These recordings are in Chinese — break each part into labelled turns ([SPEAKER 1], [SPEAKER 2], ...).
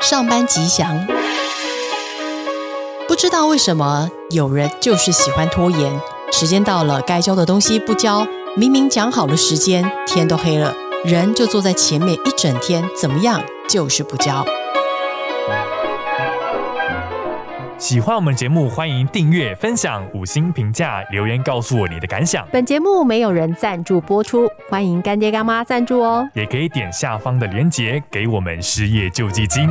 [SPEAKER 1] 上班吉祥。不知道为什么，有人就是喜欢拖延，时间到了该交的东西不交，明明讲好了时间，天都黑了，人就坐在前面一整天，怎么样就是不交。
[SPEAKER 2] 喜欢我们节目，欢迎订阅、分享、五星评价、留言告诉我你的感想，
[SPEAKER 3] 本节目没有人赞助播出，欢迎干爹干妈赞助哦。
[SPEAKER 2] 也可以点下方的链接给我们失业救济金。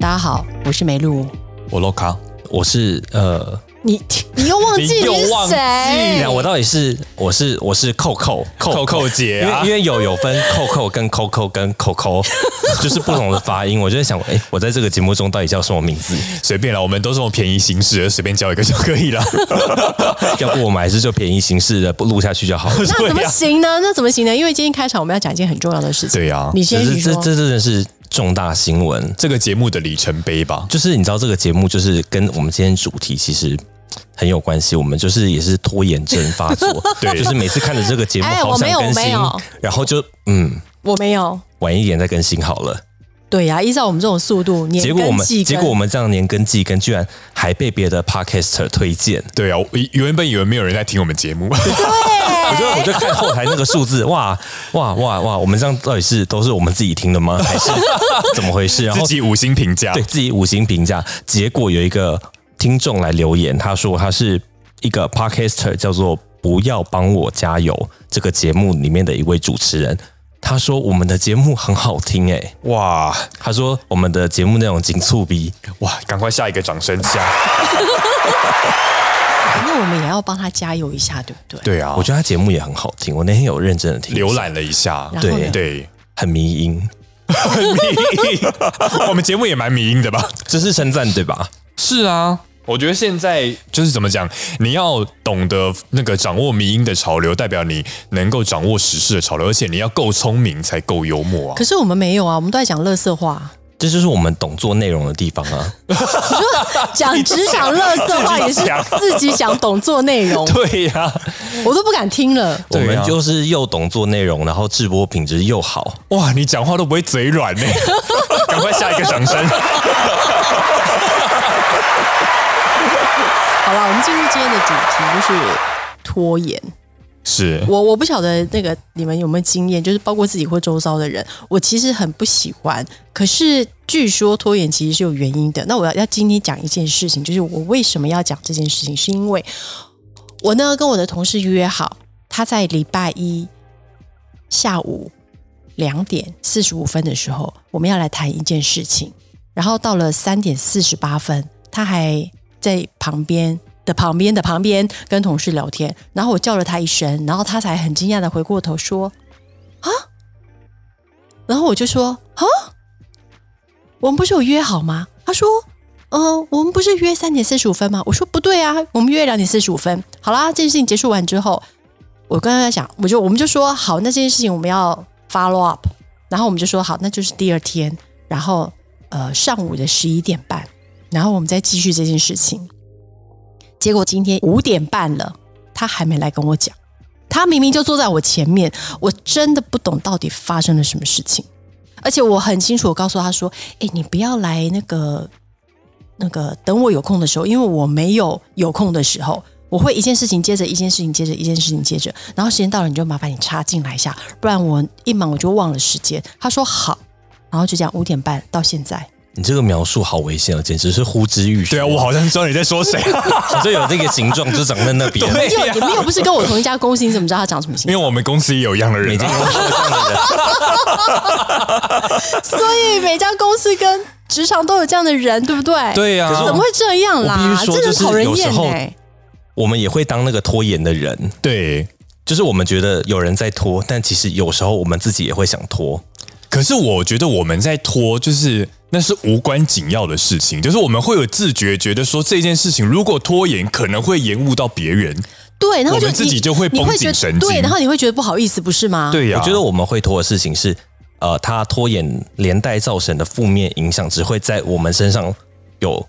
[SPEAKER 1] 大家好，我是梅露。
[SPEAKER 4] 我 l o c a 我是呃，
[SPEAKER 1] 你你又忘记
[SPEAKER 4] 又
[SPEAKER 1] 你是
[SPEAKER 4] 忘记
[SPEAKER 1] 谁
[SPEAKER 4] 了，？我到底是我是我是扣扣扣扣姐啊因为因为有有分扣扣跟扣扣跟扣扣，就是不同的发音。我就在想，哎、我在这个节目中到底叫什么名字？
[SPEAKER 5] 随便了，我们都是用便宜形式，随便交一个就可 以了。
[SPEAKER 4] 要不我们还是就便宜形式的不录下去就好了。
[SPEAKER 1] 那怎么行呢？那怎么行呢？因为今天开场我们要讲一件很重要的事情。
[SPEAKER 5] 对啊呀
[SPEAKER 1] 你
[SPEAKER 4] 啊这
[SPEAKER 1] 先你
[SPEAKER 4] 是这
[SPEAKER 1] 说。
[SPEAKER 4] 这真的是重大新闻，
[SPEAKER 5] 这个节目的里程碑吧，
[SPEAKER 4] 就是你知道这个节目就是跟我们今天主题其实。很有关系，我们就是也是拖延症发 作，
[SPEAKER 5] 对
[SPEAKER 4] 就是每次看着这个节目
[SPEAKER 1] 哎
[SPEAKER 4] 好想
[SPEAKER 1] 我没有
[SPEAKER 4] 更
[SPEAKER 1] 我没
[SPEAKER 4] 新
[SPEAKER 1] 有，
[SPEAKER 4] 然后就嗯
[SPEAKER 1] 我没有。
[SPEAKER 4] 晚一点再更新好了。
[SPEAKER 1] 对呀、依照我们这种速度，年
[SPEAKER 4] 结果我
[SPEAKER 1] 更
[SPEAKER 4] 们
[SPEAKER 1] 季
[SPEAKER 4] 结
[SPEAKER 1] 更
[SPEAKER 4] 果我们这样年更季更，居然还被别的 podcaster 推荐。
[SPEAKER 5] 对啊，我原本以为没有人在听我们节目，
[SPEAKER 4] 我
[SPEAKER 1] 哎
[SPEAKER 4] 就我就看后台那个数字，哇哇哇哇！我们这样到底是都是我们自己听的吗？ 还是怎么回事？然后
[SPEAKER 5] 自己啊五星评价
[SPEAKER 4] 对，自己五星评价，结果有一个听众来留言，他说他是一个 podcaster，叫做“不要帮我加油”这个节目里面的一位主持人，他说我们的节目很好听诶、
[SPEAKER 5] 哇
[SPEAKER 4] 他说我们的节目内容紧促逼，
[SPEAKER 5] 哇，赶快下一个掌声下。
[SPEAKER 1] 那我们也要帮他加油一下，对不对？
[SPEAKER 5] 对啊，
[SPEAKER 4] 我
[SPEAKER 5] 我就
[SPEAKER 4] 觉得他节目也很好听，我那天有认真的听一下
[SPEAKER 5] 浏览了一下，
[SPEAKER 1] 然
[SPEAKER 4] 后
[SPEAKER 5] 对
[SPEAKER 4] 呢
[SPEAKER 5] 对，
[SPEAKER 4] 很迷音，
[SPEAKER 5] 我们节目也蛮迷因的吧？
[SPEAKER 4] 这是称赞对吧？
[SPEAKER 5] 是啊，我觉得现在就是怎么讲，你要懂得那个掌握迷因的潮流，代表你能够掌握时事的潮流，而且你要够聪明才够幽默啊
[SPEAKER 1] 可。是我们没有啊，我们都在讲乐色 话，
[SPEAKER 4] 这就是我们懂做内容的地方啊！
[SPEAKER 1] 讲职场乐色话也是自己讲，懂做内容，
[SPEAKER 4] 对呀、
[SPEAKER 1] 我都不敢听了。
[SPEAKER 4] 我
[SPEAKER 5] 对啊
[SPEAKER 4] 们就是又懂做内容，然后直播品质又好。
[SPEAKER 5] 哇，你讲话都不会嘴软 呢、赶快下一个掌声。
[SPEAKER 1] 好了，我们进入今天的主题，就是拖延。
[SPEAKER 5] 是
[SPEAKER 1] 我我不晓得那个你们有没有经验，就是包括自己或周遭的人，我其实很不喜欢。可是据说拖延其实是有原因的。那我要要今天讲一件事情，就是我为什么要讲这件事情，是因为我呢跟我的同事约好，他在礼拜一下午两点四十五分的时候，我们要来谈一件事情。然后到了三点四十八分，他还在旁边的旁边的旁边跟同事聊天，然后我叫了他一声，然后他才很惊讶的回过头说：“啊！”然后我就说：“啊，我们不是有约好吗？”他说：“嗯、我们不是约三点四十五分吗？”我说：“不对啊，我们约两点四十五分。”好啦，这件事情结束完之后，我跟他讲，我就我们就说好，那这件事情我们要 follow up，然后我们就说好，那就是第二天，然后呃上午的十一点半，然后我们再继续这件事情。结果今天五点半了，他还没来跟我讲，他明明就坐在我前面，我真的不懂到底发生了什么事情。而且我很清楚，我告诉他说：“哎，你不要来那个那个，等我有空的时候，因为我没有有空的时候，我会一件事情接着一件事情接着一件事情接着，然后时间到了你就麻烦你插进来一下，不然我一忙我就忘了时间。”他说：“好。”然后就这样，五点半到现在，
[SPEAKER 4] 你这个描述好危险哦，简直是呼之欲出。
[SPEAKER 5] 对啊，我好像知道你在说谁、啊
[SPEAKER 4] 好像有这个形状就长在那 边。
[SPEAKER 1] 你有你们又不是跟我同一家公司，你怎么知道他长什么
[SPEAKER 5] 因
[SPEAKER 1] 型？
[SPEAKER 5] 为我们公司也有一样的人、
[SPEAKER 4] 每天
[SPEAKER 5] 啊。
[SPEAKER 4] 工作这样的人，
[SPEAKER 1] 所以每家公司跟职场都有这样的人，对不对？
[SPEAKER 4] 对啊，
[SPEAKER 1] 可是怎么会这样
[SPEAKER 4] 我必
[SPEAKER 1] 啦？
[SPEAKER 4] 须
[SPEAKER 1] 真
[SPEAKER 4] 说
[SPEAKER 1] 的讨人
[SPEAKER 4] 就是有
[SPEAKER 1] 厌
[SPEAKER 4] 时候
[SPEAKER 1] 哎！
[SPEAKER 4] 我们也会当那个拖延的人，
[SPEAKER 5] 对，
[SPEAKER 4] 就是我们觉得有人在拖，但其实有时候我们自己也会想拖。
[SPEAKER 5] 可是我觉得我们在拖，就是那是无关紧要的事情，就是我们会有自觉，觉得说这件事情如果拖延，可能会延误到别人。
[SPEAKER 1] 对，然后
[SPEAKER 5] 我
[SPEAKER 1] 就
[SPEAKER 5] 们自己
[SPEAKER 1] 你
[SPEAKER 5] 就会
[SPEAKER 1] 你
[SPEAKER 5] 绷
[SPEAKER 1] 觉
[SPEAKER 5] 紧
[SPEAKER 1] 得
[SPEAKER 5] 神经
[SPEAKER 1] 对，然后你会觉得不好意思，不是吗？，
[SPEAKER 5] 对
[SPEAKER 4] 啊我觉得我们会拖的事情是，呃，它拖延连带造成的负面影响，只会在我们身上有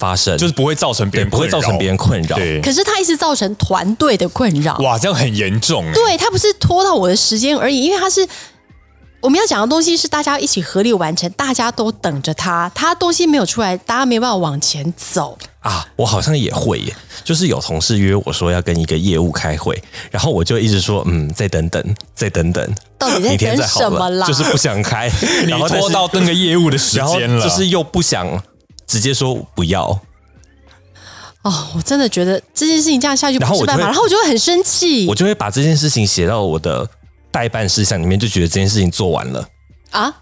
[SPEAKER 4] 发生，
[SPEAKER 5] 就是不会造成别
[SPEAKER 4] 对
[SPEAKER 5] 人
[SPEAKER 4] 不会造成别人困扰。
[SPEAKER 5] 困扰。对，
[SPEAKER 1] 可是他一直造成团队的困扰。
[SPEAKER 5] 哇，这样很严重欸。
[SPEAKER 1] 对他不是拖到我的时间而已，因为他是我们要讲的东西是大家一起合力完成，大家都等着他，他东西没有出来，大家没办法往前走。
[SPEAKER 4] 啊，我好像也会耶，就是有同事约我说要跟一个业务开会，然后我就一直说嗯，再等等，再等等，
[SPEAKER 1] 到底在
[SPEAKER 4] 明天
[SPEAKER 1] 哎等
[SPEAKER 4] 再好
[SPEAKER 1] 什么
[SPEAKER 4] 了，
[SPEAKER 1] 啦？
[SPEAKER 4] 就是不想开，
[SPEAKER 5] 你
[SPEAKER 4] 然后但
[SPEAKER 5] 拖
[SPEAKER 4] 是
[SPEAKER 5] 到那个业务的时
[SPEAKER 4] 然后
[SPEAKER 5] 间了，
[SPEAKER 4] 就是又不想直接说不要，
[SPEAKER 1] 哦，我真的觉得这件事情这样下去不
[SPEAKER 4] 然后
[SPEAKER 1] 是
[SPEAKER 4] 我就
[SPEAKER 1] 办法，
[SPEAKER 4] 会
[SPEAKER 1] 然后我就会很生气
[SPEAKER 4] 我就会把这件事情写到我的代办事项里面，就觉得这件事情做完了。
[SPEAKER 1] 啊。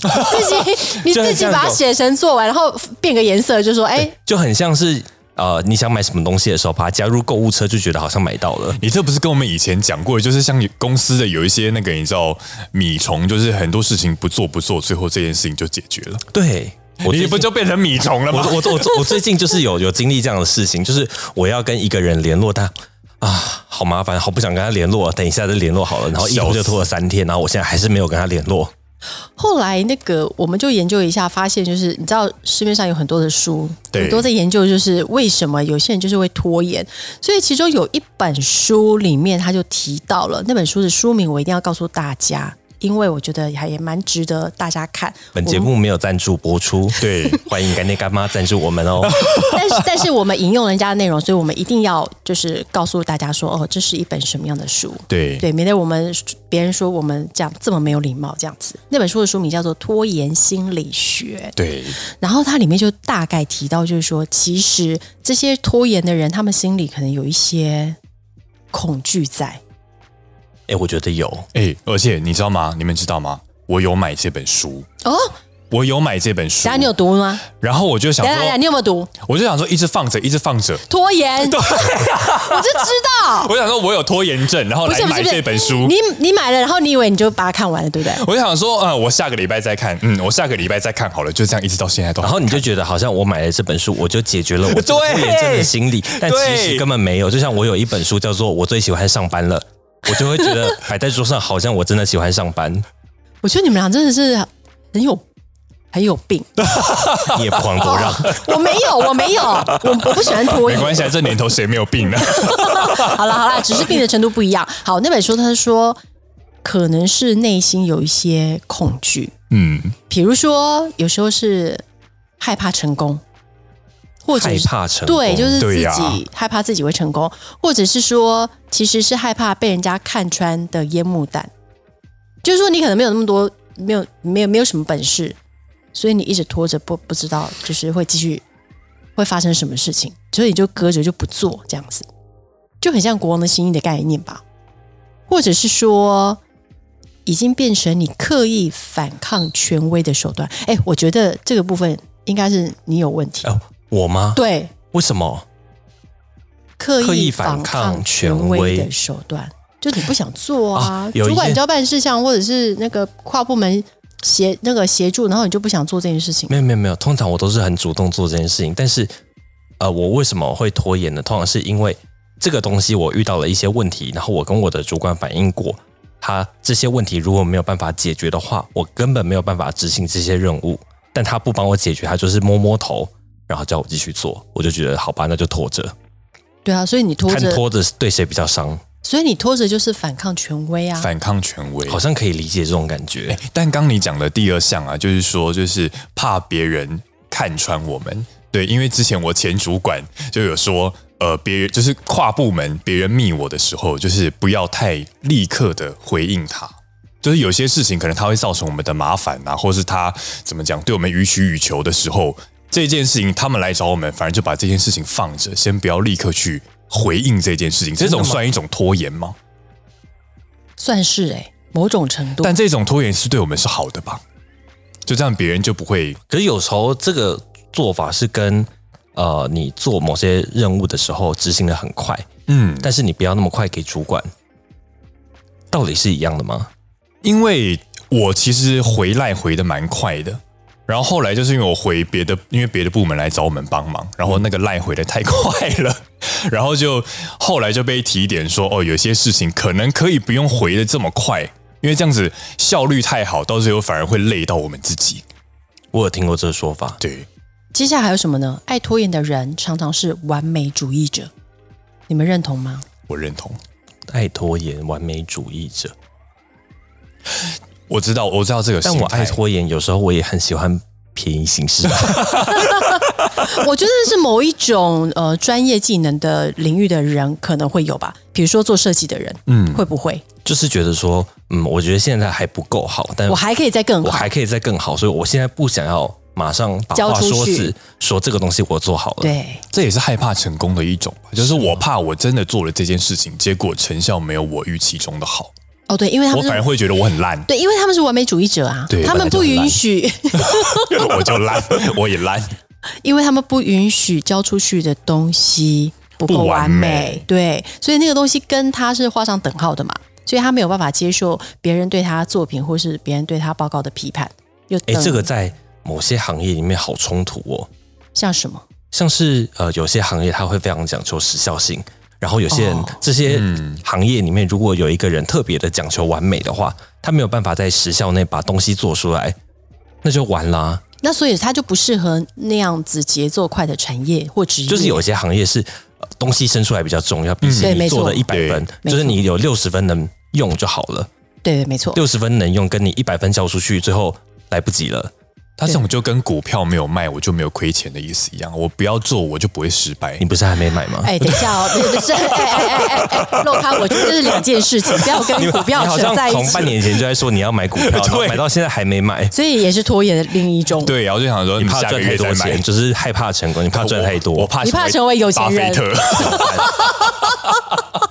[SPEAKER 1] 自己你
[SPEAKER 4] 就很
[SPEAKER 1] 自己
[SPEAKER 4] 像
[SPEAKER 1] 把它
[SPEAKER 4] 狗
[SPEAKER 1] 写成做完，然后变个颜色，就说哎、
[SPEAKER 4] 就很像是呃，你想买什么东西的时候，把它加入购物车，就觉得好像买到了。
[SPEAKER 5] 你这不是跟我们以前讲过，就是像公司的有一些那个你知道米虫，就是很多事情不做不做，最后这件事情就解决了，
[SPEAKER 4] 对，我
[SPEAKER 5] 你
[SPEAKER 4] 最
[SPEAKER 5] 不
[SPEAKER 4] 近
[SPEAKER 5] 就变成米虫了
[SPEAKER 4] 我
[SPEAKER 5] 吗？
[SPEAKER 4] 我我我我最近就是有有经历这样的事情，就是我要跟一个人联络他，啊，好麻烦，好不想跟他联络，等一下再联络好了，然后一拖就拖了三天，然后我现在还是没有跟他联络。
[SPEAKER 1] 后来那个我们就研究一下，发现就是你知道市面上有很多的书，
[SPEAKER 5] 对
[SPEAKER 1] 很多在研究就是为什么有些人就是会拖延，所以其中有一本书里面他就提到了那本书的书名，我一定要告诉大家，因为我觉得还也蛮值得大家看。
[SPEAKER 4] 本节目没有赞助播出，对，欢迎干爹干妈赞助我们哦。
[SPEAKER 1] 但是 但是我们引用人家的内容，所以我们一定要就是告诉大家说，哦，这是一本什么样的书。
[SPEAKER 5] 对
[SPEAKER 1] 对，免得我们别人说我们这样这么没有礼貌这样子。那本书的书名叫做《拖延心理学》。
[SPEAKER 5] 对
[SPEAKER 1] 然后它里面就大概提到，就是说，其实这些拖延的人，他们心里可能有一些恐惧在。
[SPEAKER 4] 哎，我觉得有，
[SPEAKER 5] 哎、而且你知道吗？你们知道吗？我有买这本书，
[SPEAKER 1] 哦，
[SPEAKER 5] 我有买这本书
[SPEAKER 1] 等下，你有读吗？
[SPEAKER 5] 然后我就想
[SPEAKER 1] 等下等下，
[SPEAKER 5] 说，
[SPEAKER 1] 你有没有读
[SPEAKER 5] 我就想说一直放着，一直放着。
[SPEAKER 1] 拖 延？对，我就知道，
[SPEAKER 5] 我想说，我有拖延症，然后
[SPEAKER 1] 不
[SPEAKER 5] 来
[SPEAKER 1] 是不
[SPEAKER 5] 买
[SPEAKER 1] 是不
[SPEAKER 5] 这
[SPEAKER 1] 是
[SPEAKER 5] 本书
[SPEAKER 1] 你。你买了，然后你以为你就把它看完了，对不对？
[SPEAKER 5] 我想说，呃，我下个礼拜再看，嗯，我下个礼拜再看好了，就这样一直到现在都。
[SPEAKER 4] 然后你就觉得好像我买了这本书，我就解决了我这个
[SPEAKER 5] 对
[SPEAKER 4] 拖延症的心理，但其实
[SPEAKER 5] 对
[SPEAKER 4] 根本没有。就像我有一本书叫做《我最喜欢上班了》，我就会 觉得摆在桌上，好像我真的喜欢上班，
[SPEAKER 1] 我觉得你们俩真的是很有很有 病。
[SPEAKER 4] 你也不遑多 让。
[SPEAKER 1] 我没有，我没有，我我不喜欢拖
[SPEAKER 5] 没
[SPEAKER 1] 延。
[SPEAKER 5] 关系啊，这年头谁没有病呢？
[SPEAKER 1] 好了好了，只是病的程度不一样。好，那本书他说，可能是内心有一些恐惧。
[SPEAKER 5] 嗯，
[SPEAKER 1] 比如说，有时候是害怕成功，或者
[SPEAKER 4] 害
[SPEAKER 1] 是
[SPEAKER 4] 怕成功，啊
[SPEAKER 1] 对，就是自
[SPEAKER 5] 对
[SPEAKER 1] 己、
[SPEAKER 5] 呀
[SPEAKER 1] 害怕自己会成功，或者是说其实是害怕被人家看穿的烟幕弹，就是说你可能没有那么多，没有没有没有什么本事，所以你一直拖着不不知道，就是会继续会发生什么事情，所以你就搁着就不做这样子，就很像国王的心意的概念吧，或者是说已经变成你刻意反抗权威的手段。哎，我觉得这个部分应该是你有问题，
[SPEAKER 4] 哦我吗？
[SPEAKER 1] 对。
[SPEAKER 4] 为什么？
[SPEAKER 1] 刻
[SPEAKER 4] 刻
[SPEAKER 1] 意
[SPEAKER 4] 意
[SPEAKER 1] 反
[SPEAKER 4] 反
[SPEAKER 1] 抗权
[SPEAKER 4] 抗权
[SPEAKER 1] 威
[SPEAKER 4] 威
[SPEAKER 1] 的手段，就你不想做啊
[SPEAKER 4] 啊，有一
[SPEAKER 1] 主管
[SPEAKER 4] 些
[SPEAKER 1] 交办事项或者是那个跨部门协那个协助，然后你就不想做这件事情
[SPEAKER 4] 没。有没有没有，通常我都是很主动做这件事情，但是呃，我为什么会拖延呢？通常是因为这个东西我遇到了一些问题，然后我跟我的主管反映过，他这些问题如果没有办法解决的话，我根本没有办法执行这些任务。但他不帮我解决，他就是摸摸头，然后叫我继续做，我就觉得好吧，那就拖着，
[SPEAKER 1] 对啊，所以你拖
[SPEAKER 4] 看
[SPEAKER 1] 着，
[SPEAKER 4] 拖着对谁比较伤，
[SPEAKER 1] 所以你拖着就是反抗权威啊。
[SPEAKER 5] 反抗权威。
[SPEAKER 4] 好像可以理解这种感觉。
[SPEAKER 5] 但刚你讲的第二项啊，就是说，就是怕别人看穿我们。对，因为之前我前主管就有说，呃，别人就是跨部门，别人密我的时候，就是不要太立刻的回应他。就是有些事情可能他会造成我们的麻烦啊，或是他怎么讲对我们予取予求的时候，这件事情他们来找我们，反而就把这件事情放着，先不要立刻去回应这件事情。这种
[SPEAKER 4] 真的吗
[SPEAKER 5] 算一种拖延吗？
[SPEAKER 1] 算是哎、某种程度。
[SPEAKER 5] 但这种拖延是对我们是好的吧？就这样，别人就不会
[SPEAKER 4] 可是有时候这个做法是跟呃，你做某些任务的时候执行的很快，
[SPEAKER 5] 嗯，
[SPEAKER 4] 但是你不要那么快给主管，道理是一样的吗？
[SPEAKER 5] 因为我其实回来回的蛮快的，然后后来就是因为我回别的，因为别的部门来找我们帮忙，然后那个赖回的太快了， 然后就后来就被提点说，哦，有些事情可能可以不用回的这么快，因为这样子效率太好，到最后反而会累到我们自己。
[SPEAKER 4] 我有听过这个说法，
[SPEAKER 5] 对，
[SPEAKER 1] 接下来还有什么呢？爱拖延的人常常是完美主义者，你们认同吗？
[SPEAKER 5] 我认同。
[SPEAKER 4] 爱拖延、完美主义者。
[SPEAKER 5] 我知道，我知道这个心
[SPEAKER 4] 但
[SPEAKER 5] 态，
[SPEAKER 4] 我爱拖延，有时候我也很喜欢便宜行事。
[SPEAKER 1] 我觉得是某一种呃专业技能的领域的人可能会有吧，比如说做设计的人，嗯，会不会？
[SPEAKER 4] 就是觉得说，嗯，我觉得现在还不够好，但
[SPEAKER 1] 我还可以再更
[SPEAKER 4] 嗯我
[SPEAKER 1] 好
[SPEAKER 4] 还。可以再更好，所以我现在不想要马上把
[SPEAKER 1] 交
[SPEAKER 4] 话
[SPEAKER 1] 出
[SPEAKER 4] 说
[SPEAKER 1] 去
[SPEAKER 4] 死，说这个东西我做好了。
[SPEAKER 1] 对，
[SPEAKER 5] 这也是害怕成功的一种吧。就是我怕我真的做了这件事情，结果成效没有我预期中的好，
[SPEAKER 1] 哦对，因为他
[SPEAKER 5] 我
[SPEAKER 1] 们
[SPEAKER 5] 反而
[SPEAKER 1] 是，，
[SPEAKER 5] 会觉得我很烂
[SPEAKER 1] 对，因为他们是完美主义者啊
[SPEAKER 5] 对，
[SPEAKER 1] 他们不允许，
[SPEAKER 5] 我就烂，我也烂。
[SPEAKER 1] 因为他们不允许交出去的东西不够
[SPEAKER 5] 不
[SPEAKER 1] 完
[SPEAKER 5] 完
[SPEAKER 1] 美，
[SPEAKER 5] 美
[SPEAKER 1] 对，所以那个东西跟他是画上等号的嘛，所以他没有办法接受别人对他的作品或是别人对他报告的批判。又
[SPEAKER 4] 哎，
[SPEAKER 1] 等
[SPEAKER 4] 这个在某些行业里面好冲突哦，
[SPEAKER 1] 像什么？
[SPEAKER 4] 像是呃有些行业它会非常讲求时效性，然后有些人、
[SPEAKER 1] 哦
[SPEAKER 4] 这些行业里面如果有一个人特别的讲求完美的话，他没有办法在时效内把东西做出来，那就完啦、
[SPEAKER 1] 那所以他就不适合那样子节奏快的产业或职业，
[SPEAKER 4] 就是有一些行业是、呃东西生出来比较重要，比起
[SPEAKER 1] 对没
[SPEAKER 4] 你
[SPEAKER 1] 错
[SPEAKER 4] 做了一百分，
[SPEAKER 1] 没
[SPEAKER 4] 就是
[SPEAKER 1] 错
[SPEAKER 4] 你有六十分能用就好了，
[SPEAKER 1] 对，没错，
[SPEAKER 4] 六十分能用跟你一百分交出去，最后来不及了。
[SPEAKER 5] 他这种就跟股票没有卖我就没有亏钱的意思一样，我不要做我就不会失败
[SPEAKER 4] 你。不是还没买吗？
[SPEAKER 1] 哎，等一下哦，不是不是，哎哎哎哎哎，漏开我觉得这是两件事情，不要跟哎股
[SPEAKER 4] 你
[SPEAKER 1] 票
[SPEAKER 4] 好
[SPEAKER 1] 扯
[SPEAKER 4] 像
[SPEAKER 1] 在一
[SPEAKER 4] 从
[SPEAKER 1] 起
[SPEAKER 4] 半。年前就在说你要买股票，然 后买到现在还没买，
[SPEAKER 1] 所以也是拖延的另一种。
[SPEAKER 5] 对，然后就想说
[SPEAKER 4] 你
[SPEAKER 5] 你
[SPEAKER 4] 怕
[SPEAKER 5] 下个
[SPEAKER 4] 赚太
[SPEAKER 5] 月再
[SPEAKER 4] 多
[SPEAKER 5] 买
[SPEAKER 4] 钱，，就是害怕成 功，你怕赚太多。啊
[SPEAKER 5] 我我怕
[SPEAKER 1] 你怕成为有钱人
[SPEAKER 5] 巴菲 特，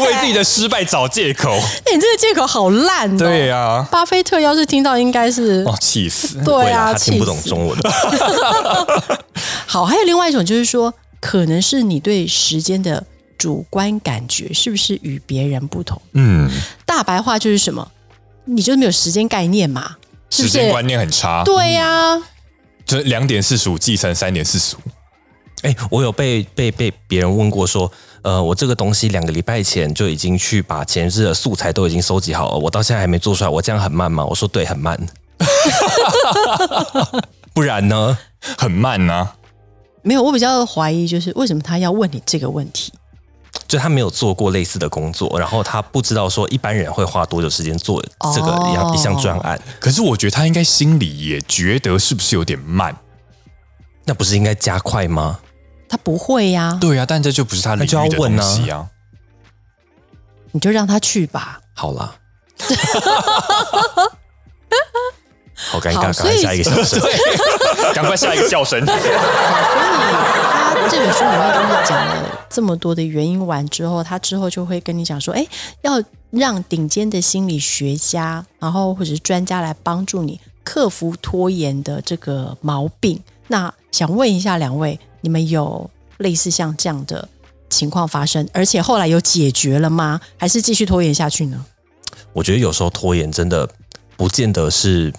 [SPEAKER 5] 为自己的失败找借口。
[SPEAKER 1] 哎，你这个借口好烂哦。
[SPEAKER 5] 对啊，
[SPEAKER 1] 巴菲特要是听到，应该是
[SPEAKER 5] 哦，气死！
[SPEAKER 4] 不会
[SPEAKER 1] 对
[SPEAKER 4] 啦
[SPEAKER 1] 啊，
[SPEAKER 4] 他听不懂
[SPEAKER 1] 气死
[SPEAKER 4] 中文。
[SPEAKER 1] 好，还有另外一种就是说，可能是你对时间的主观感觉是不是与别人不同？
[SPEAKER 5] 嗯，
[SPEAKER 1] 大白话就是什么？你就是没有时间概念嘛？是不
[SPEAKER 5] 时
[SPEAKER 1] 是
[SPEAKER 5] 间观念很差。
[SPEAKER 1] 对呀、
[SPEAKER 5] 就是两点四十五计成三点四十五，
[SPEAKER 4] 哎、我有被被被别人问过说，呃，我这个东西两个礼拜前就已经去把前日的素材都已经收集好了，我到现在还没做出来，我这样很慢吗？我说对，很 慢。不然呢？
[SPEAKER 5] 很慢啊呐、
[SPEAKER 1] 没有，我比较怀疑就是为什么他要问你这个问题？
[SPEAKER 4] 就他没有做过类似的工作，然后他不知道说一般人会花多久时间做这个一样、
[SPEAKER 1] 哦
[SPEAKER 4] 一项专案，
[SPEAKER 5] 可是我觉得他应该心里也觉得是不是有点慢？
[SPEAKER 4] 那不是应该加快吗？
[SPEAKER 1] 他不会呀、
[SPEAKER 5] 对啊，但这就不是他领
[SPEAKER 4] 那就要
[SPEAKER 5] 域的
[SPEAKER 4] 问
[SPEAKER 5] 东
[SPEAKER 4] 啊
[SPEAKER 5] 西 啊。
[SPEAKER 1] 你就让他去吧。
[SPEAKER 4] 好啦，好尴
[SPEAKER 1] 好
[SPEAKER 4] 尬，赶
[SPEAKER 1] 所
[SPEAKER 4] 快
[SPEAKER 1] 以
[SPEAKER 4] 下一个小 时。
[SPEAKER 5] 赶快下一个笑声。
[SPEAKER 1] 所以他这本书里面跟你讲了这么多的原因完之后，他之后就会跟你讲说，哎，要让顶尖的心理学家，然后或者是专家来帮助你克服拖延的这个毛病。那想问一下两位，你们有类似像这样的情况发生，而且后来有解决了吗？还是继续拖延下去呢？
[SPEAKER 4] 我觉得有时候拖延真的不见得是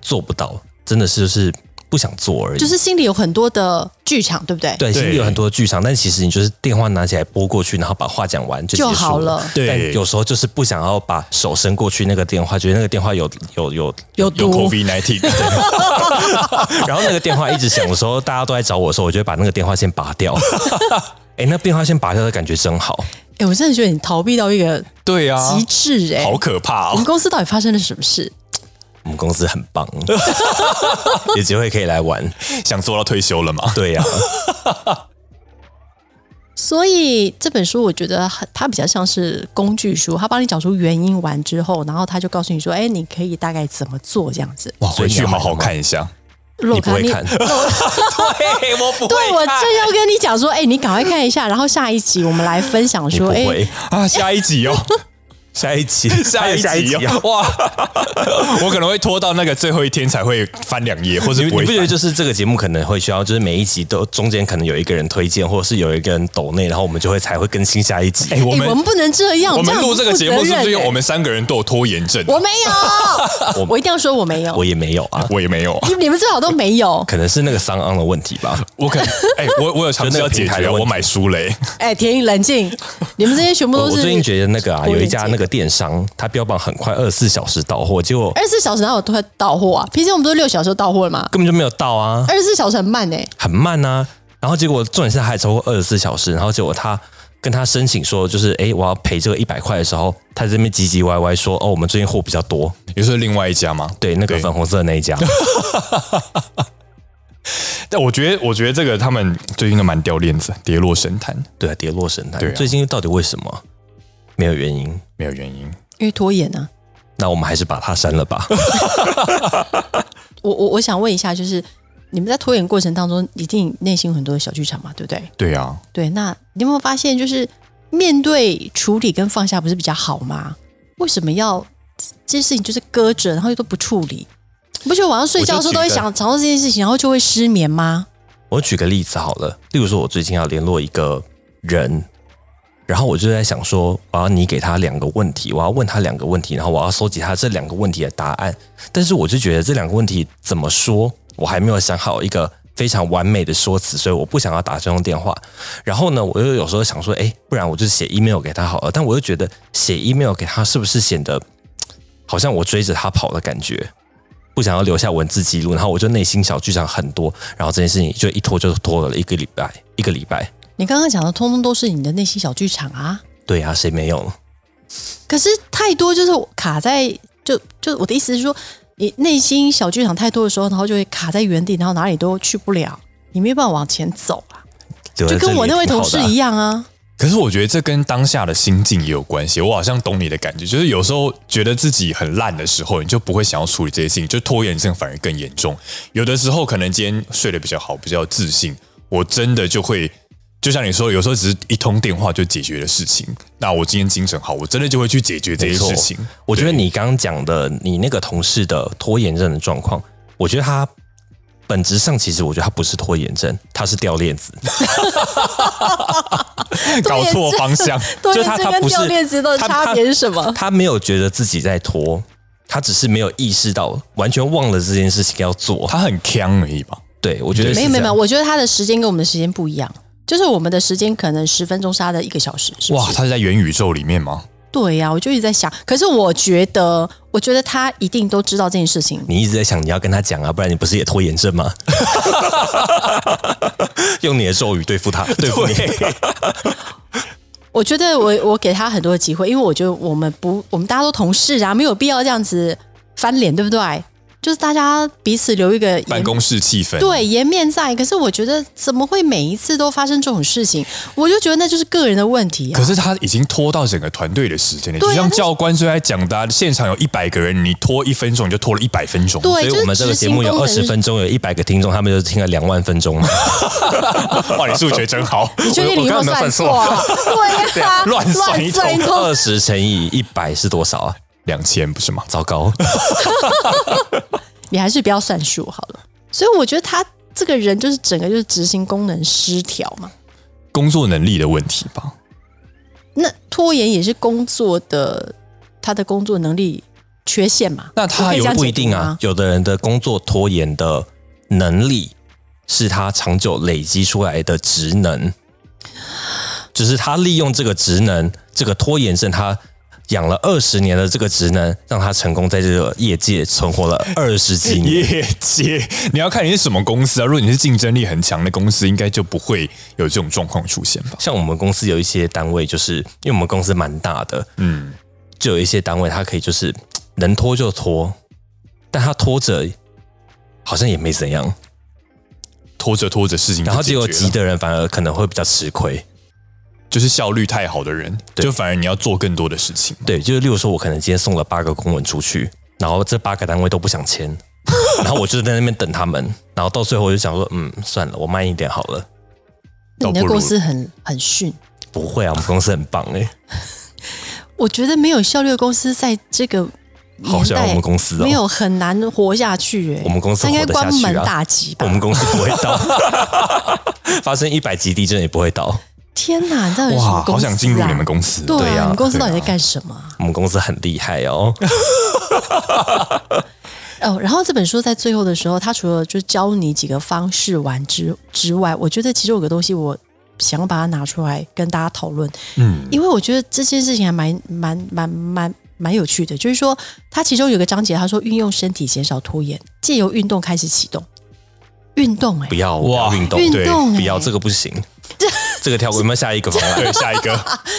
[SPEAKER 4] 做不到，真的是就是不想做而已。
[SPEAKER 1] 就是心里有很多的剧场，对不对？
[SPEAKER 4] 对，
[SPEAKER 5] 对
[SPEAKER 4] 心里有很多剧场，但其实你就是电话拿起来拨过去，然后把话讲完就结束
[SPEAKER 1] 就好了
[SPEAKER 5] 对
[SPEAKER 4] 但有时候就是不想要把手伸过去那个电话，觉得那个电话有有有，
[SPEAKER 1] 有
[SPEAKER 5] 有
[SPEAKER 1] 毒
[SPEAKER 5] COVID nineteen，
[SPEAKER 4] 然后那个电话一直响的时候，大家都在找我的时候，我就会把那个电话先拔掉。哎、那电话先拔掉的感觉真好。
[SPEAKER 1] 哎、我真的觉得你逃避到一个
[SPEAKER 5] 对啊，
[SPEAKER 1] 极致哎、
[SPEAKER 5] 好可怕
[SPEAKER 1] 你们
[SPEAKER 5] 哦！
[SPEAKER 1] 公司到底发生了什么事？
[SPEAKER 4] 我们公司很棒， 有机会可以来玩。
[SPEAKER 5] 想做到退休了吗？
[SPEAKER 4] 对呀、
[SPEAKER 1] 所以这本书我觉得很它比较像是工具书，它帮你找出原因完之后，然后它就告诉你说，哎，你可以大概怎么做这样子。
[SPEAKER 5] 哇，
[SPEAKER 4] 所
[SPEAKER 5] 回
[SPEAKER 4] 以你
[SPEAKER 5] 去
[SPEAKER 4] 要
[SPEAKER 5] 好
[SPEAKER 4] 买
[SPEAKER 5] 好
[SPEAKER 4] 吗
[SPEAKER 5] 看一 下。
[SPEAKER 1] 洛
[SPEAKER 4] 你不
[SPEAKER 1] 卡
[SPEAKER 4] 会看？对，我不
[SPEAKER 1] 对我正要跟你讲说，哎，你赶快看一下，然后下一集我们来分享
[SPEAKER 4] 你
[SPEAKER 1] 说，
[SPEAKER 4] 不
[SPEAKER 1] 哎，
[SPEAKER 4] 会。
[SPEAKER 5] 啊，下一集哦，
[SPEAKER 4] 下一集，
[SPEAKER 5] 下一集
[SPEAKER 4] 还有
[SPEAKER 5] 哦，哇， 我可能会拖到那个最后一天才会翻两页，或者
[SPEAKER 4] 你你
[SPEAKER 5] 不
[SPEAKER 4] 不
[SPEAKER 5] 会
[SPEAKER 4] 觉得
[SPEAKER 5] 翻。
[SPEAKER 4] 就是这个节目可能会需要，就是每一集都中间可能有一个人推荐，或者是有一个人抖内，然后我们就会才会更新下一集。
[SPEAKER 5] 哎，
[SPEAKER 1] 哎，
[SPEAKER 5] 我
[SPEAKER 1] 我
[SPEAKER 5] 们
[SPEAKER 1] 们不能这样，
[SPEAKER 5] 我们
[SPEAKER 1] 样
[SPEAKER 5] 录
[SPEAKER 1] 不
[SPEAKER 5] 这个
[SPEAKER 1] 负
[SPEAKER 5] 节目
[SPEAKER 1] 责
[SPEAKER 5] 是不是
[SPEAKER 1] 任
[SPEAKER 5] 因为
[SPEAKER 1] 哎
[SPEAKER 5] 我们三个人都有拖延症？
[SPEAKER 1] 我没 有，我一定要说我没有
[SPEAKER 4] 我，也没有啊，
[SPEAKER 5] 我也没 有，
[SPEAKER 1] 你你们最好都没有。
[SPEAKER 4] 可能是那个商昂的问题吧。
[SPEAKER 5] 我可能哎，我我有尝试要解
[SPEAKER 4] 就那个平台
[SPEAKER 5] 决，
[SPEAKER 4] 的问题
[SPEAKER 5] 我买书嘞。
[SPEAKER 1] 哎，田颖冷静，你们这些全部
[SPEAKER 4] 我
[SPEAKER 1] 都
[SPEAKER 4] 我
[SPEAKER 1] 是
[SPEAKER 4] 最近觉得那个啊，
[SPEAKER 1] 拖
[SPEAKER 4] 有
[SPEAKER 1] 延
[SPEAKER 4] 一家那个个电商，它标榜很快二十四小时到货，结果
[SPEAKER 5] 哎
[SPEAKER 1] 二十四小时哪有到到货啊？平时我们不是六小时就到货了吗？
[SPEAKER 4] 根本就没有到啊，
[SPEAKER 1] 二十四小时很慢欸呢、
[SPEAKER 4] 很慢啊。然后结果重点是它还超过二十四小时，然后结果他跟他申请说，就是诶我要赔这个一百块的时候，他这边唧唧歪歪说，哦，我们最近货比较多，
[SPEAKER 5] 你说另外一家吗？
[SPEAKER 4] 对，那个粉红色的那 一家，
[SPEAKER 5] 但我觉得，我觉得这个他们最近都蛮掉链子，跌落神坛，
[SPEAKER 4] 对，跌落神坛。
[SPEAKER 5] 对啊
[SPEAKER 4] 最近到底为什么？没有原因。
[SPEAKER 5] 没有原因。
[SPEAKER 1] 因为拖延啊。
[SPEAKER 4] 那我们还是把它删了吧。
[SPEAKER 1] 我我我想问一下，就是你们在拖延过程当中，一定内心有很多的小剧场嘛，对不对？
[SPEAKER 5] 对啊，
[SPEAKER 1] 对，那你有没有发现，就是面对处理跟放下不是比较好吗？为什么要这些事情就是搁着，然后又都不处理？你不觉得晚上睡觉的时候都会想想到这件事情，然后就会失眠吗？
[SPEAKER 4] 我举个例子好了，例如说，我最近要联络一个人，然后我就在想说，我要你给他两个问题，我要问他两个问题，然后我要收集他这两个问题的答案。但是我就觉得这两个问题怎么说，我还没有想好一个非常完美的说辞，所以我不想要打这通电话。然后呢，我又有时候想说，哎，不然我就写 email 给他好了。但我又觉得写 email 给他是不是显得好像我追着他跑的感觉？不想要留下文字记录，然后我就内心小剧场很多，然后这件事情就一拖就拖了一个礼拜，一个礼拜。
[SPEAKER 1] 你刚刚讲的，通通都是你的内心小剧场啊。
[SPEAKER 4] 对啊，谁没有？
[SPEAKER 1] 可是太多就是卡在，就就我的意思是说，你内心小剧场太多的时候，然后就会卡在原地，然后哪里都去不了，你没办法往前走啊。
[SPEAKER 4] 留
[SPEAKER 1] 就
[SPEAKER 4] 在这
[SPEAKER 1] 跟
[SPEAKER 4] 里
[SPEAKER 1] 我那位
[SPEAKER 4] 也挺
[SPEAKER 1] 同
[SPEAKER 4] 好
[SPEAKER 1] 事
[SPEAKER 4] 的啊
[SPEAKER 1] 一样啊。
[SPEAKER 5] 可是我觉得这跟当下的心境也有关系。我好像懂你的感觉，就是有时候觉得自己很烂的时候，你就不会想要处理这些事情，就拖延症反而更严重。有的时候可能今天睡得比较好，比较自信，我真的就会，就像你说，有时候只是一通电话就解决的事情。那我今天精神好，我真的就会去解决这些
[SPEAKER 4] 没错
[SPEAKER 5] 事情。
[SPEAKER 4] 我觉得你刚刚讲的，你那个同事的拖延症的状况，我觉得他本质上其实我觉得他不是拖延症，他是掉链子，
[SPEAKER 5] 搞错方向，
[SPEAKER 1] 拖
[SPEAKER 4] 就
[SPEAKER 1] 延
[SPEAKER 4] 他
[SPEAKER 1] 症
[SPEAKER 4] 他
[SPEAKER 1] 啊跟
[SPEAKER 4] 不是
[SPEAKER 1] 掉链子的
[SPEAKER 4] 他
[SPEAKER 1] 差别是什么？
[SPEAKER 4] 他没有觉得自己在拖，他只是没有意识到，完全忘了这件事情要做。
[SPEAKER 5] 他很呛而已吧？
[SPEAKER 4] 对，我觉得是
[SPEAKER 1] 没有没有
[SPEAKER 4] 这
[SPEAKER 1] 没有，
[SPEAKER 4] 样
[SPEAKER 1] 我觉得他的时间跟我们的时间不一样，就是我们的时间可能十分钟是他的一个小时，是不
[SPEAKER 5] 哇，
[SPEAKER 1] 是？
[SPEAKER 5] 他是在元宇宙里面吗？
[SPEAKER 1] 对啊呀、我就一直在想，可是我觉得，我觉得他一定都知道这件事情。
[SPEAKER 4] 你一直在想你要跟他讲啊，不然你不是也拖延症吗？ 用你的咒语对付他， 对付你。
[SPEAKER 1] 我觉得我我给他很多的机会，因为我觉得我们不，我们大家都同事啊，没有必要这样子翻脸，对不对？就是大家彼此留一个
[SPEAKER 5] 办公室气氛，
[SPEAKER 1] 对颜面在。可是我觉得怎么会每一次都发生这种事情？我就觉得那就是个人的问题啊
[SPEAKER 5] 可。是他已经拖到整个团队的时间了，
[SPEAKER 1] 对啊
[SPEAKER 5] 就像教官最爱讲的啊、现场有一百个人，你拖一分钟你就拖了一百分钟。
[SPEAKER 1] 对，
[SPEAKER 4] 所
[SPEAKER 1] 就
[SPEAKER 4] 以
[SPEAKER 1] 是
[SPEAKER 4] 我们这个
[SPEAKER 1] 执行
[SPEAKER 4] 节目有
[SPEAKER 1] 功
[SPEAKER 4] 二
[SPEAKER 1] 能
[SPEAKER 4] 十分钟，有一百个听众，他们就听了两万分钟 嘛。
[SPEAKER 5] 哇， 你数学真好，
[SPEAKER 1] 你确定你有没有算错啊？ 对呀、
[SPEAKER 5] 乱算一通
[SPEAKER 1] 乱
[SPEAKER 4] 二十乘以一百是多少啊？
[SPEAKER 5] 两千不是吗？
[SPEAKER 4] 糟糕，
[SPEAKER 1] 你还是不要算数好了。所以我觉得他这个人就是整个就是执行功能失调嘛。
[SPEAKER 5] 工作能力的问题吧？
[SPEAKER 1] 那拖延也是工作的他的工作能力缺陷嘛？
[SPEAKER 5] 那他
[SPEAKER 1] 我可以
[SPEAKER 5] 有
[SPEAKER 1] 这样
[SPEAKER 4] 不
[SPEAKER 1] 解
[SPEAKER 4] 一
[SPEAKER 1] 读
[SPEAKER 4] 定啊
[SPEAKER 1] 吗。。
[SPEAKER 4] 有的人的工作拖延的能力是他长久累积出来的职能，就是他利用这个职能，这个拖延症，他养了二十年的这个职能，让他成功在这个业界存活了二十几 年。
[SPEAKER 5] 业界，你要看你是什么公司啊？如果你是竞争力很强的公司，应该就不会有这种状况出现吧？
[SPEAKER 4] 像我们公司有一些单位，就是因为我们公司蛮大的，
[SPEAKER 5] 嗯，
[SPEAKER 4] 就有一些单位，它可以就是嘖能拖就拖，但他拖着好像也没怎样，
[SPEAKER 5] 拖着拖着事情就
[SPEAKER 4] 然后结果
[SPEAKER 5] 解决了
[SPEAKER 4] 急的人反而可能会比较吃亏。
[SPEAKER 5] 就是效率太好的人，
[SPEAKER 4] 对
[SPEAKER 5] 就反而你要做更多的事情。
[SPEAKER 4] 对，就是例如说，我可能今天送了八个公文出去，然后这八个单位都不想签，然后我就在那边等他们，然后到最后我就想说，嗯，算了，我慢一点好了。
[SPEAKER 1] 那你
[SPEAKER 5] 倒
[SPEAKER 1] 的
[SPEAKER 5] 不如
[SPEAKER 1] 公司很很逊，
[SPEAKER 4] 不会啊，我们公司很棒哎、
[SPEAKER 1] 我觉得没有效率的公司在这个
[SPEAKER 4] 好
[SPEAKER 1] 年
[SPEAKER 4] 喜欢
[SPEAKER 1] 代
[SPEAKER 4] 我们公司哦。
[SPEAKER 1] 没有很难活下去、欸。
[SPEAKER 4] 我们公司
[SPEAKER 1] 他应该
[SPEAKER 4] 活得下
[SPEAKER 1] 关
[SPEAKER 4] 去啊
[SPEAKER 1] 门大吉吧
[SPEAKER 4] 我？们公司不会倒， 发生一百级地震也不会倒。
[SPEAKER 1] 天哪，你到底是什么
[SPEAKER 5] 哇，
[SPEAKER 1] 公
[SPEAKER 5] 好
[SPEAKER 1] 司啊？
[SPEAKER 5] 想进入你们公司。
[SPEAKER 1] 对
[SPEAKER 4] 对
[SPEAKER 1] 啊，
[SPEAKER 4] 啊
[SPEAKER 1] 你们公司到底在
[SPEAKER 5] 对啊
[SPEAKER 1] 干什么啊？
[SPEAKER 4] 我们公司很厉害哦。
[SPEAKER 1] 哦，然后这本书在最后的时候，他除了就教你几个方式玩之之外，我觉得其实有个东西我想要把它拿出来跟大家讨论，
[SPEAKER 5] 嗯，
[SPEAKER 1] 因为我觉得这件事情还蛮蛮蛮蛮蛮有趣的，就是说，它其中有个章节，他说运用身体减少拖延，借由运动开始启动。运动、欸，
[SPEAKER 4] 不要不要
[SPEAKER 5] 哇
[SPEAKER 4] 运动，
[SPEAKER 1] 运
[SPEAKER 4] 对
[SPEAKER 1] 动欸
[SPEAKER 4] 不要这个不行，这个跳过，有没有下一个方 案？
[SPEAKER 5] 对，下一 个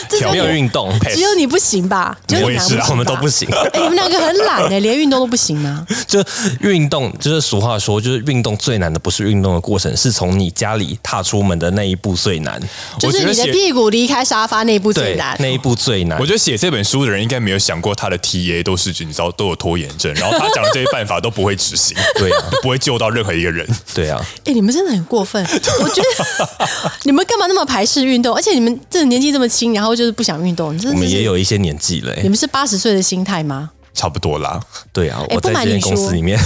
[SPEAKER 1] 这
[SPEAKER 5] 跳
[SPEAKER 1] 就
[SPEAKER 4] 没
[SPEAKER 5] 过
[SPEAKER 4] 有运动，
[SPEAKER 1] 只有你不行吧？只有
[SPEAKER 5] 我
[SPEAKER 1] 你
[SPEAKER 5] 也
[SPEAKER 1] 俩
[SPEAKER 5] 是啊
[SPEAKER 1] 行
[SPEAKER 4] 我们都
[SPEAKER 1] 吧
[SPEAKER 4] 不。行。
[SPEAKER 1] 哎、你们两个很懒哎、连运动都不行吗？
[SPEAKER 4] 就运动，就是俗话说，就是运动最难的不是运动的过程，是从你家里踏出门的那一步最难。
[SPEAKER 1] 就
[SPEAKER 5] 我觉
[SPEAKER 1] 是
[SPEAKER 5] 得
[SPEAKER 1] 你的
[SPEAKER 5] 写
[SPEAKER 1] 屁股离开沙发那一步最
[SPEAKER 4] 对
[SPEAKER 1] 难，。
[SPEAKER 4] 那一步最难
[SPEAKER 5] 我。觉得写这本书的人应该没有想过他的 TA 都是你知道都有拖延症，然后他讲的这些办法都不会执 行，
[SPEAKER 4] 对啊，
[SPEAKER 5] 不会救到任何一个人。
[SPEAKER 4] 对啊，
[SPEAKER 1] 哎、你们真的很过分！我觉 得你们干嘛那么排斥运动？而且你们这年纪这么轻，然后 就是不想运动，你真
[SPEAKER 4] 我
[SPEAKER 1] 的
[SPEAKER 4] 们
[SPEAKER 1] 是
[SPEAKER 4] 也有一些年纪了、欸
[SPEAKER 1] 你们是八十岁的心态吗？
[SPEAKER 5] 差不多啦，
[SPEAKER 4] 对啊，
[SPEAKER 1] 哎
[SPEAKER 4] 我
[SPEAKER 1] 不
[SPEAKER 4] 在
[SPEAKER 1] 瞒
[SPEAKER 4] 这间
[SPEAKER 1] 你
[SPEAKER 4] 公司
[SPEAKER 1] 说
[SPEAKER 4] 里面，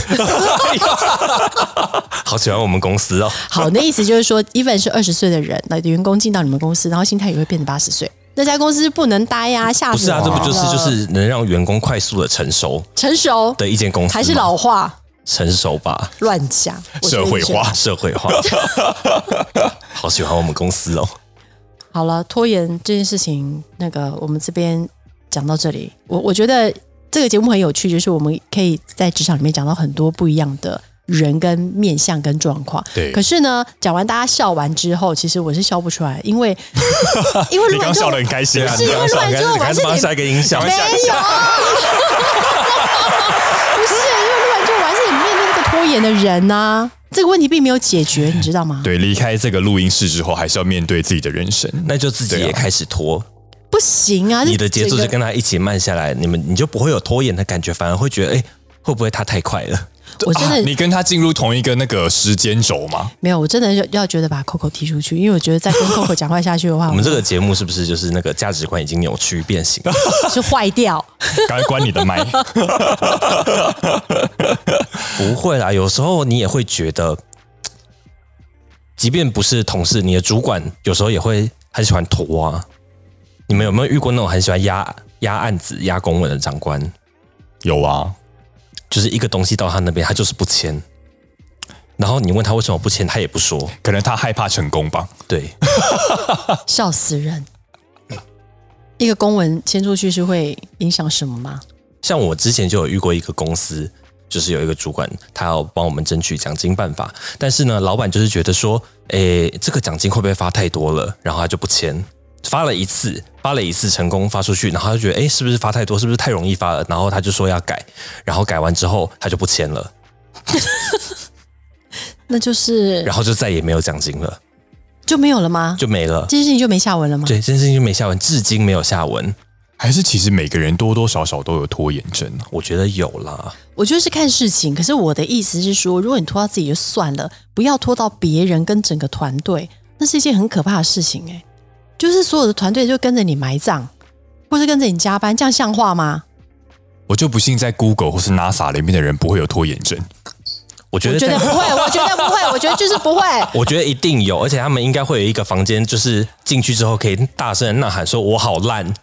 [SPEAKER 4] 好喜欢我们公 司哦。
[SPEAKER 1] 好，那意思就是说，even 是二十岁的人，那员工进到你们公司，然后心态也会变成八十岁，那家公司不能待呀、吓
[SPEAKER 4] 不
[SPEAKER 1] 死
[SPEAKER 4] 是
[SPEAKER 1] 人了！
[SPEAKER 4] 啊，这不就是就是能让员工快速的成熟
[SPEAKER 1] 成熟
[SPEAKER 4] 的一间公司吗，
[SPEAKER 1] 还是老化？
[SPEAKER 4] 成熟吧，
[SPEAKER 1] 乱讲，我觉得
[SPEAKER 5] 社会
[SPEAKER 1] 你
[SPEAKER 5] 化
[SPEAKER 1] 是。
[SPEAKER 4] 社会化。好喜欢我们公司哦。
[SPEAKER 1] 好了，拖延这件事情，那个我们这边讲到这里，我我觉得这个节目很有趣，就是我们可以在职场里面讲到很多不一样的人跟面相跟状况。
[SPEAKER 5] 对
[SPEAKER 1] 可是呢，讲完大家笑完之后，其实我是笑不出来，因 为因为
[SPEAKER 5] 你
[SPEAKER 1] 如
[SPEAKER 5] 刚
[SPEAKER 1] 果
[SPEAKER 5] 刚笑得很开心啊！
[SPEAKER 1] 是因为录完之后，我还
[SPEAKER 4] 赶
[SPEAKER 1] 是
[SPEAKER 4] 紧帮
[SPEAKER 1] 脸
[SPEAKER 4] 下一个音效
[SPEAKER 5] 赶。快
[SPEAKER 1] 没有，不是，因为录完之后我还是得面对这个拖延的人呐、这个问题并没有解决，你知道吗？
[SPEAKER 5] 对，离开这个录音室之后，还是要面对自己的人生。
[SPEAKER 4] 那就自己也开始拖，
[SPEAKER 1] 不行啊，
[SPEAKER 4] 你
[SPEAKER 1] 这
[SPEAKER 4] 的节奏
[SPEAKER 1] 整
[SPEAKER 4] 就
[SPEAKER 1] 个
[SPEAKER 4] 跟他一起慢下来，你们你就不会有拖延的感觉，反而会觉得，哎，会不会他太快了？
[SPEAKER 1] 我真
[SPEAKER 5] 啊
[SPEAKER 1] 的
[SPEAKER 5] 你跟他进入同一个那个时间轴嘛？
[SPEAKER 1] 没有，我真的要要觉得把 Coco 踢出去，因为我觉得再跟 Coco 讲话下去的 话，
[SPEAKER 4] 我们这个节目是不是就是那个价值观已经扭曲 变形？
[SPEAKER 1] 是坏 掉。
[SPEAKER 5] 赶快关你 的麦。
[SPEAKER 4] 不会啦，有时候你也会觉得，即便不是同事，你的主管有时候也会很喜欢拖啊。你们有没有遇过那种很喜欢压压案子、压公文的长官？
[SPEAKER 5] 有啊，
[SPEAKER 4] 就是一个东西到他那边，他就是不签。然后你问他为什么不签，他也不说。
[SPEAKER 5] 可能他害怕成功吧。
[SPEAKER 4] 对，
[SPEAKER 1] 笑死人！嗯一个公文签出去是会影响什么吗？
[SPEAKER 4] 像我之前就有遇过一个公司，就是有一个主管，他要帮我们争取奖金办法，但是呢，老板就是觉得说，诶，这个奖金会不会发太多了，然后他就不签。发了一次，发了一次成功发出去，然后他就觉得，诶，是不是发太多，是不是太容易发了？然后他就说要改，然后改完之后他就不签了，
[SPEAKER 1] 那就是
[SPEAKER 4] 然后就再也没有奖金了，
[SPEAKER 1] 就没有了吗？
[SPEAKER 4] 就没了。
[SPEAKER 1] 这件事情就没下文了吗？
[SPEAKER 4] 对，这件事情就没下文，至今没有下文。
[SPEAKER 5] 还是其实每个人多多少少都有拖延症啊
[SPEAKER 4] 我觉得有啦，
[SPEAKER 1] 我觉得是看事情，可是我的意思是说，如果你拖到自己就算了，不要拖到别人跟整个团队，那是一件很可怕的事情哎、就是所有的团队就跟着你埋葬，或是跟着你加班，这样像话吗？
[SPEAKER 5] 我就不信在 Google 或是 NASA 里面的人不会有拖延 症。
[SPEAKER 4] 我觉
[SPEAKER 1] 我
[SPEAKER 4] 得
[SPEAKER 1] 觉
[SPEAKER 4] 在
[SPEAKER 1] 得不会，我觉得不会，我觉得就是不 会。
[SPEAKER 4] 我觉得一定有，而且他们应该会有一个房间，就是进去之后可以大声地呐喊说“我好烂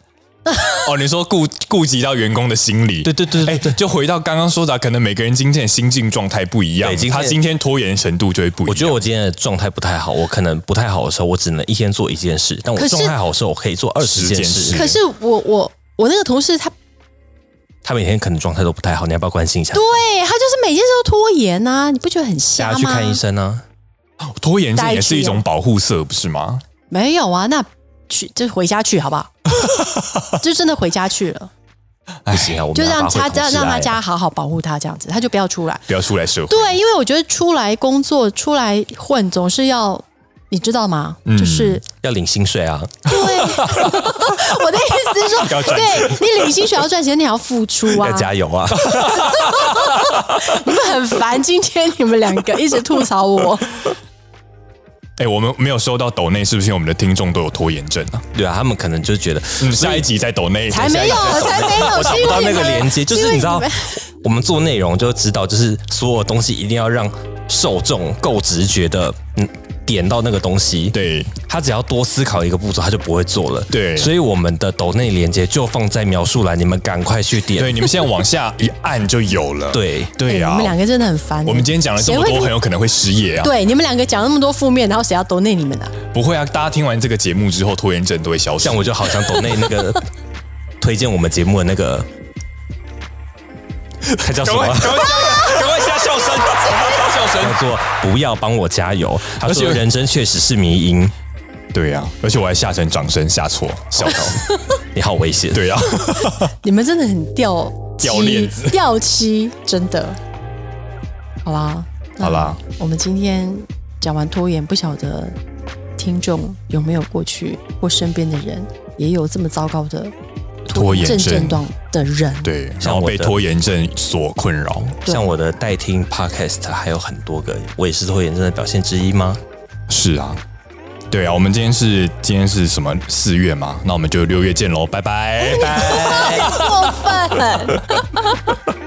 [SPEAKER 5] 哦，你说顾顾及到员工的心理，
[SPEAKER 4] 对对对对
[SPEAKER 5] 哎
[SPEAKER 4] 对
[SPEAKER 5] 就回到刚刚说的啊，可能每个人今天的心境状态不一样
[SPEAKER 4] 对今，天
[SPEAKER 5] 他今天拖延程度就会不一”。样。
[SPEAKER 4] 我觉得我今天的状态不太好，我可能不太好的时候，我只能一天做一件事；但
[SPEAKER 1] 可
[SPEAKER 4] 我
[SPEAKER 1] 是
[SPEAKER 4] 状态好的时候，我可以做二十
[SPEAKER 5] 10
[SPEAKER 4] 件
[SPEAKER 5] 件
[SPEAKER 4] 事。
[SPEAKER 5] 事
[SPEAKER 1] 可是我我我那个同事他
[SPEAKER 4] 他每天可能状态都不太好，你要不要关心一下？
[SPEAKER 1] 对他就是每件事都拖延呐、你不觉得很瞎
[SPEAKER 4] 大家
[SPEAKER 1] 吗？
[SPEAKER 4] 去看医生啊！
[SPEAKER 5] 拖延症也
[SPEAKER 1] 带
[SPEAKER 5] 是
[SPEAKER 1] 去
[SPEAKER 5] 一种保护色，不是吗？
[SPEAKER 1] 没有啊，那去就回家去好不 好？就真的回家去了，
[SPEAKER 4] 不行啊，我们
[SPEAKER 1] 就
[SPEAKER 4] 要
[SPEAKER 1] 让
[SPEAKER 4] 发
[SPEAKER 1] 他
[SPEAKER 4] 挥同
[SPEAKER 1] 让
[SPEAKER 4] 事
[SPEAKER 1] 让他
[SPEAKER 4] 爱
[SPEAKER 1] 家好好保护他这样子，他就不要出来。
[SPEAKER 5] 不要出来社会。
[SPEAKER 1] 对，因为我觉得出来工作、出来混，总是要你知道吗？
[SPEAKER 4] 嗯
[SPEAKER 1] 就是
[SPEAKER 4] 要领薪水啊！
[SPEAKER 1] 对，我的意思是说，
[SPEAKER 5] 赚
[SPEAKER 1] 对你领薪水要赚钱，你还要付出啊
[SPEAKER 4] 要。加油啊！
[SPEAKER 1] 你们很烦，今天你们两个一直吐槽 我。
[SPEAKER 5] 哎、我们没有收到抖内，是不是因为我们的听众都有拖延症啊？
[SPEAKER 4] 对啊，他们可能就觉得
[SPEAKER 5] 嗯，下一集再抖内，
[SPEAKER 1] 才没有，才没有，是因
[SPEAKER 4] 到
[SPEAKER 1] 为
[SPEAKER 4] 那
[SPEAKER 1] 你
[SPEAKER 4] 个
[SPEAKER 1] 们
[SPEAKER 4] 连接，就是
[SPEAKER 1] 因为
[SPEAKER 4] 你知道
[SPEAKER 1] 们，
[SPEAKER 4] 我们做内容就知道，就是所有东西一定要让受众够直觉的，嗯，点到那个东西，
[SPEAKER 5] 对
[SPEAKER 4] 他只要多思考一个步骤，他就不会做了。
[SPEAKER 5] 对
[SPEAKER 4] 所以我们的抖内连接就放在描述栏，你们赶快去点。
[SPEAKER 5] 对，你们现在往下一按就有了。
[SPEAKER 4] 对
[SPEAKER 5] 对
[SPEAKER 1] 哎
[SPEAKER 5] 啊，
[SPEAKER 1] 你们两个真的很烦。
[SPEAKER 5] 我们今天讲了这么
[SPEAKER 1] 谁
[SPEAKER 5] 多，
[SPEAKER 1] 会
[SPEAKER 5] 很有可能会失业啊。
[SPEAKER 1] 对你们两个讲那么多负面，然后谁要多内你们呢、
[SPEAKER 5] 不会啊，大家听完这个节目之后，拖延症都会消失
[SPEAKER 4] 像。我就好想抖内那 个推荐我们节目的那个，他叫什
[SPEAKER 5] 赶
[SPEAKER 4] 么
[SPEAKER 5] 快？赶快下，赶快下笑 声，赶快下笑
[SPEAKER 4] 叫
[SPEAKER 5] 声。
[SPEAKER 4] 做不要帮我加油。他
[SPEAKER 5] 而且
[SPEAKER 4] 说人生确实是迷因，
[SPEAKER 5] 对啊，而且我还下成掌声下错，笑 到。
[SPEAKER 4] 你好危险。
[SPEAKER 5] 对啊，
[SPEAKER 1] 你们真的很掉
[SPEAKER 5] 掉
[SPEAKER 1] 漆
[SPEAKER 5] 链子
[SPEAKER 1] 掉漆，真的。好吧，那
[SPEAKER 5] 好啦，
[SPEAKER 1] 我们今天讲完拖延，不晓得听众有没有过去或身边的人也有这么糟糕的
[SPEAKER 5] 拖延
[SPEAKER 1] 症
[SPEAKER 5] 症
[SPEAKER 1] 症状的 人。
[SPEAKER 5] 对，然
[SPEAKER 4] 像
[SPEAKER 5] 后
[SPEAKER 4] 我的
[SPEAKER 5] 被拖延症所困扰。
[SPEAKER 1] 对
[SPEAKER 4] 像我的代听 podcast 还有很多个，我也是拖延症的表现之一吗？
[SPEAKER 5] 是啊，对啊，我们今天是今天是什么四月嘛？那我们就六月见喽，拜拜。
[SPEAKER 1] 过分。